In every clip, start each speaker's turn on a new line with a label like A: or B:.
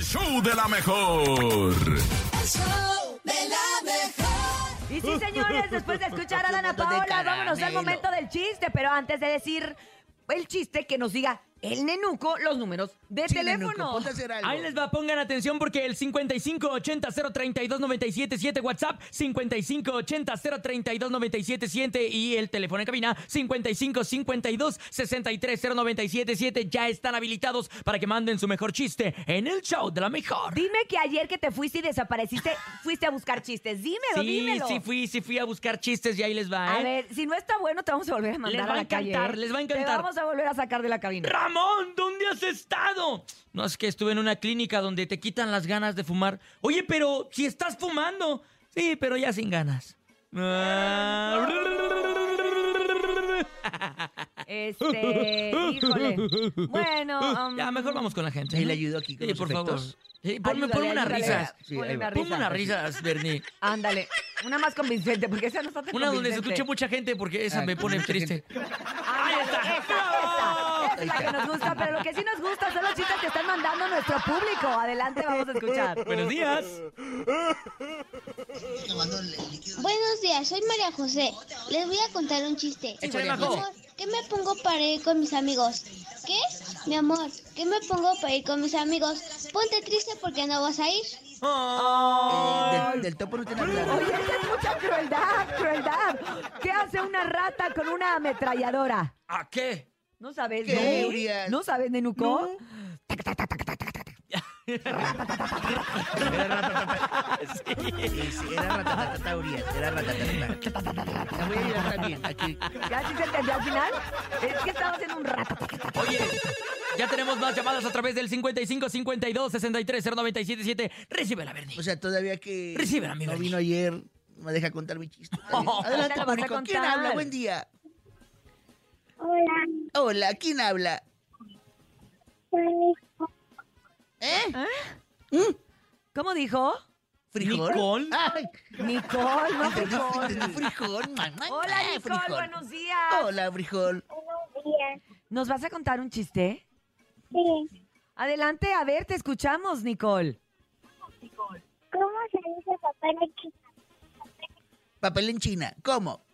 A: show de la mejor.
B: El show de la mejor.
C: Y sí, señores, después de escuchar a Dana
D: Punto de
C: Paola, vámonos al
D: caramelo.
C: momento del chiste. Pero antes de decir el chiste, que nos diga el nenuco los números de teléfono.
D: Nenuco, ponte a hacer algo.
E: Ahí les va, pongan atención porque el 5580-032-977 WhatsApp, 5580-032-977 y el teléfono en cabina, 5552-630977 ya están habilitados para que manden su mejor chiste en el show de la mejor.
C: Dime que ayer que te fuiste y desapareciste, fuiste a buscar chistes. Dímelo,
E: sí,
C: dímelo.
E: sí fui, sí fui a buscar chistes y ahí les va,
C: A
E: ¿eh?
C: ver, si no está bueno, te vamos a volver a mandar
E: Les va
C: a
E: a
C: la calle,
E: encantar,
C: ¿eh?
E: les va a
C: Te
E: encantar.
C: vamos a volver a sacar de la cabina.
E: Ramón, ¿dónde has estado? No, es que estuve en una clínica donde te quitan las ganas de fumar. Oye, pero si estás fumando. Sí, pero ya sin ganas. Ah.
C: Este, híjole. Bueno, um,
E: Ya, mejor vamos con la gente.
D: Ahí
E: ¿no?
D: le ayudo aquí con
E: Sí,
D: los
E: por
D: efectos.
E: favor. Sí, ponme,
C: ayúdale,
E: ponme unas
C: ayúdale,
E: risas.
D: Sí,
C: ponle
D: ahí va.
C: una
E: Ponme
C: risa.
E: unas risas, Bernie.
C: Ándale, una más convincente, porque esa no está tan
E: Una donde se
C: convincente.
E: escuche mucha gente porque esa
D: Ah,
E: me
D: con
E: pone
D: mucha
E: triste.
C: Ándale,
E: Ahí está.
C: Esa, esa, esa es la que nos gusta, pero lo que sí nos gusta son los chistes que están mandando nuestro público. Adelante, vamos a escuchar.
E: Buenos días.
F: Buenos días, soy María José. Les voy a contar un chiste.
E: Échale,
F: Mi
E: Majo.
F: amor, ¿qué me pongo para ir con mis amigos? ¿Qué? Mi amor, ¿qué me pongo para ir con mis amigos? Ponte triste porque no vas a ir.
D: Eh, del, del topo no te hablar.
C: Oye, esa es mucha crueldad, crueldad. ¿Qué hace una rata con una ametralladora?
E: ¿A qué?
C: ¿No sabes,
D: ¿Qué,
C: Nene?
D: Urias?
C: ¿No sabes, Nenuco?
D: Sí, Era ratatata, Urias. Era ratatata. La voy a ayudar también. Aquí.
C: ¿Ya sí se entendió al final? Es que estamos en un rato.
E: Oye, ya tenemos más llamadas a través del 5552-630977. Recíbela, Bernie.
D: O sea, todavía que
E: Recibe, amigo.
D: no vino ayer, me deja contar mi chiste.
E: Oh.
C: Te
D: Adelante,
C: lo vas a
D: público. ¿Quién
C: contar.
D: habla? Buen día. Hola. Hola, ¿quién habla? ¿Eh?
C: ¿Cómo dijo?
D: ¿Frijol?
E: ¿Nicol?
D: Ay,
C: Nicole, no
D: entendí,
C: frijol.
D: entendí frijol, mamá.
C: Hola,
D: Ah,
C: Nicole,
D: frijol.
C: buenos días.
D: Hola, frijol.
C: ¿Nos vas a contar un chiste? Adelante, a ver, te escuchamos, Nicole.
G: ¿Cómo se dice papel en chino?
D: Papel en China. ¿Cómo?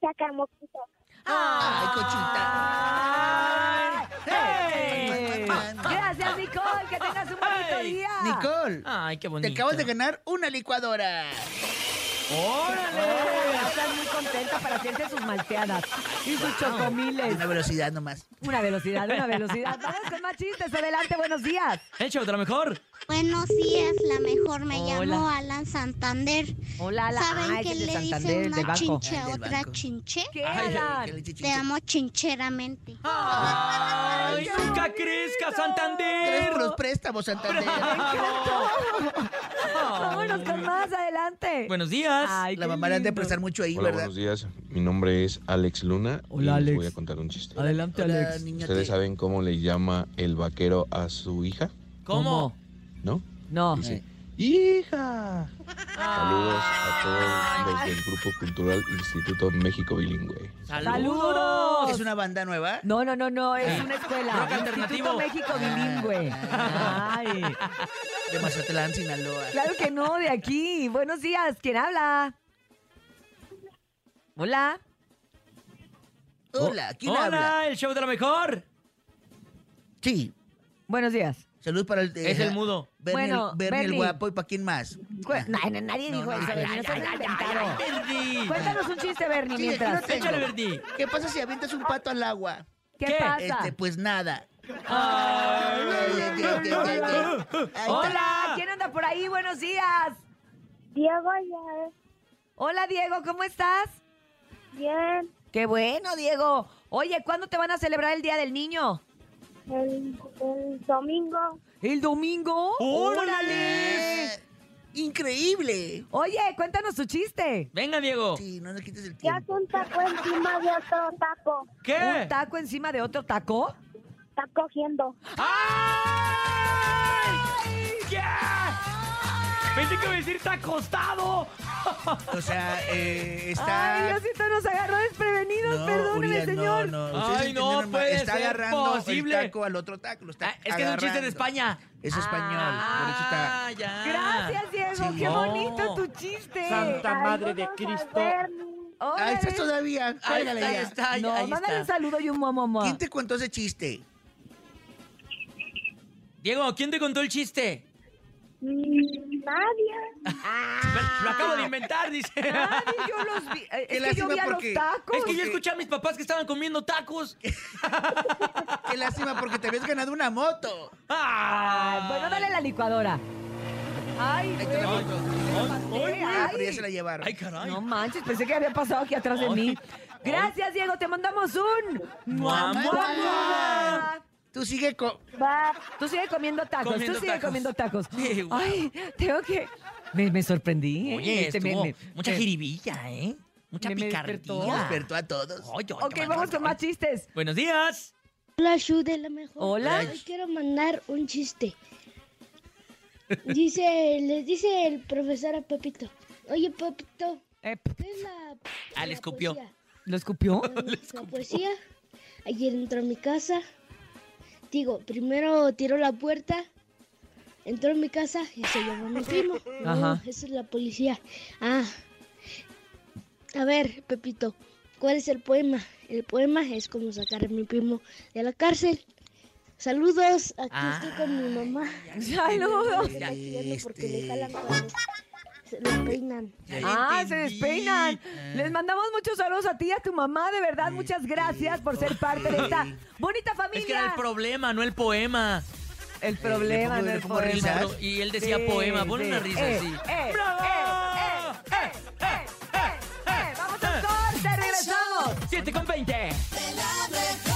G: Sacamoquito.
C: Ah.
D: Ay, cochita.
C: ¡Hey! Gracias, Nicole. Que tengas un bonito
E: Hey,
C: día.
D: Nicole,
E: Ay, qué bonito.
D: te acabas de ganar una licuadora.
E: ¡Órale!
C: Estás muy contenta para hacerse sus malteadas y sus chocomiles.
D: Una velocidad nomás.
C: Una velocidad, una velocidad. Vamos con más chistes. Adelante, buenos días.
E: El show de lo mejor.
G: Buenos días, la mejor me
C: Hola.
G: llamo Alan Santander.
C: Hola, Alan.
G: ¿Saben
C: Ay,
G: qué
C: es de
G: le
C: Santander,
G: dice
C: del
G: una
C: banco.
G: chinche a
D: Ah, del
G: otra
D: banco.
G: chinche?
C: ¿Qué,
D: Ay,
C: Alan?
D: que le eche
G: Te
D: chinche.
G: amo chincheramente.
E: ¡Ay,
C: qué
E: nunca
C: bonito.
E: crezca,
D: Gracias por
E: Santander!
D: los préstamos, Santander.
C: Vámonos con más. Adelante.
E: Buenos días.
C: Ay,
D: La
C: qué
D: mamá le han de
C: lindo.
D: prestar mucho ahí,
H: Hola,
D: ¿verdad?
H: buenos días. Mi nombre es Alex Luna.
E: Hola,
H: y les
E: Alex.
H: voy a contar un chiste.
E: Adelante,
D: Hola, niña.
H: ¿Ustedes
D: te-
H: saben cómo le llama el vaquero a su hija?
E: ¿Cómo?
H: ¿No?
C: No.
H: Dice, ¡hija! Saludos a todos los del Grupo Cultural Instituto México Bilingüe.
C: ¡Saludos!
D: ¿Es una Ah. banda nueva?
C: No, no, no, no, es una escuela.
E: Rock
C: Instituto
E: alternativo.
C: México bilingüe.
D: Ah.
C: Ay.
D: De Mazatlán, Sinaloa.
C: Claro que no, de aquí. Buenos días, ¿quién habla? Hola.
D: Hola, ¿quién
E: Hola,
D: habla?
E: el show de lo mejor.
D: Sí.
C: Buenos días.
D: Salud para el...
E: Es el mudo.
D: Bernie,
C: Bueno,
D: el, Bernie el
C: Bernie.
D: guapo y para quién más. Ah.
E: Ah.
C: Cu- na- na- nadie dijo eso, Bernie, no seas inventado.
E: Verdi.
C: Cuéntanos un chiste, Bernie,
D: Sí,
C: mientras.
D: aquí lo
E: Échale,
D: tengo.
E: Verdi.
D: ¿Qué pasa si avientas un pato al agua?
C: ¿Qué,
E: ¿Qué?
C: pasa?
D: Este, pues nada.
E: Ay.
C: Hola,
E: Hola.
C: ¿quién anda por ahí? Buenos días.
G: Diego ya.
C: Hola, Diego, ¿cómo estás?
G: Bien.
C: Qué bueno, Diego. Oye, ¿cuándo te van a celebrar el Día del Niño?
G: El, el domingo.
C: ¿El domingo?
E: ¡Órale!
D: Eh, ¡Increíble!
C: Oye, cuéntanos tu chiste.
E: Venga, Diego.
D: Sí, no le quites el
G: Ya hace
D: tiempo.
G: un taco encima de otro taco.
C: ¿Un
E: ¿Qué?
C: taco encima de otro taco?
G: Está cogiendo.
E: ¡Ay! ¡Ya! Pensé que iba a decir está acostado.
D: O sea, eh, está...
C: Ay, Diosito, nos agarró desprevenidos, perdóneme,
D: Urias,
C: señor.
D: No, no,
E: Ay,
D: ustedes
E: no
D: entendieron mal.
E: puede
D: Está
E: ser
D: agarrando
E: posible.
D: el taco al otro taco. lo está
E: Ah, es que es un chiste
D: agarrando.
E: de España.
D: Es español. por eso está-
E: Ah, ya.
C: Gracias, Diego,
D: Sí.
C: qué
E: No.
C: bonito tu chiste.
I: Santa Madre de Cristo.
D: Ah,
C: Órale.
D: estás todavía.
E: Ahí
D: Ándale,
E: está,
D: ya.
E: está, ahí
C: No,
E: está.
C: mándale un saludo y un momo.
D: ¿Quién te contó ese chiste?
E: Diego, ¿quién te contó el chiste?
G: Nadie.
E: Lo- Lo acabo de inventar, dice.
C: Ah. Nadie, yo los vi. eh, Es
D: Qué
C: que yo
D: lástima
C: vi a los
D: porque-
C: tacos.
E: Es que yo escuché a mis papás que estaban comiendo tacos.
D: Qué lástima porque te habías ganado una moto.
E: Ah.
C: Ay, bueno, dale la licuadora. Ay,
D: Ahí te la
C: güey.
D: moto.
C: Ay,
D: Ah, pero ya se la llevaron.
E: Ay, caray.
C: No manches, pensé que había pasado aquí atrás de mí. Gracias, Diego, te mandamos un...
E: Mua, mua, mua.
D: Tú sigue con...
C: Tú sigue comiendo tacos,
E: Comiendo
C: tú sigue
E: tacos.
C: comiendo tacos.
E: Sí, guau.
C: Ay, tengo que... Me, me sorprendí. ¿eh?
E: Oye,
C: Este, me-
E: estuvo
C: me-
E: mucha
C: me-
E: jiribilla, ¿eh? Mucha
C: me- me despertó.
E: picardía.
D: Despertó a todos.
E: Ay, ay,
C: Ok,
E: ay,
C: vamos
E: ay,
C: con
E: ay.
C: más chistes.
E: Buenos días.
F: Hola, Shu de la mejor.
C: Hola.
F: Hoy quiero mandar un chiste. Dice, les dice el profesor a Pepito. Oye, Pepito,
C: Eh,
F: ¿qué es la,
E: Ah, le
F: la
E: escupió.
F: poesía?"
C: ¿Lo escupió?
F: La poesía. Ayer entró a mi casa. Digo, primero tiró la puerta. Entró en mi casa y se llevó a mi primo. No,
C: Ajá.
F: esa es la policía. Ah. A ver, Pepito, ¿cuál es el poema? El poema es como sacar a mi primo de la cárcel. Saludos, aquí estoy con mi mamá.
C: Saludos.
F: Está chillando porque
D: Este.
F: le jalan cuando se lo peinan.
D: Ya
C: Ah, se
D: entendí.
C: despeinan.
D: Ah.
C: Les mandamos muchos saludos a ti y a tu mamá, de verdad, muchas gracias por ser parte de esta bonita familia.
E: Es que era el problema, no el poema.
C: El problema no
D: pongo- le
C: es
D: pongo
C: poema.
D: risas.
E: Pero- y él decía poema. Pon una risa
C: Eh,
E: así.
C: eh,
E: ¡Bravo!
C: eh, eh, eh, eh, eh, eh. Vamos al corte, regresamos.
E: 7 con 20.
B: de la mejor.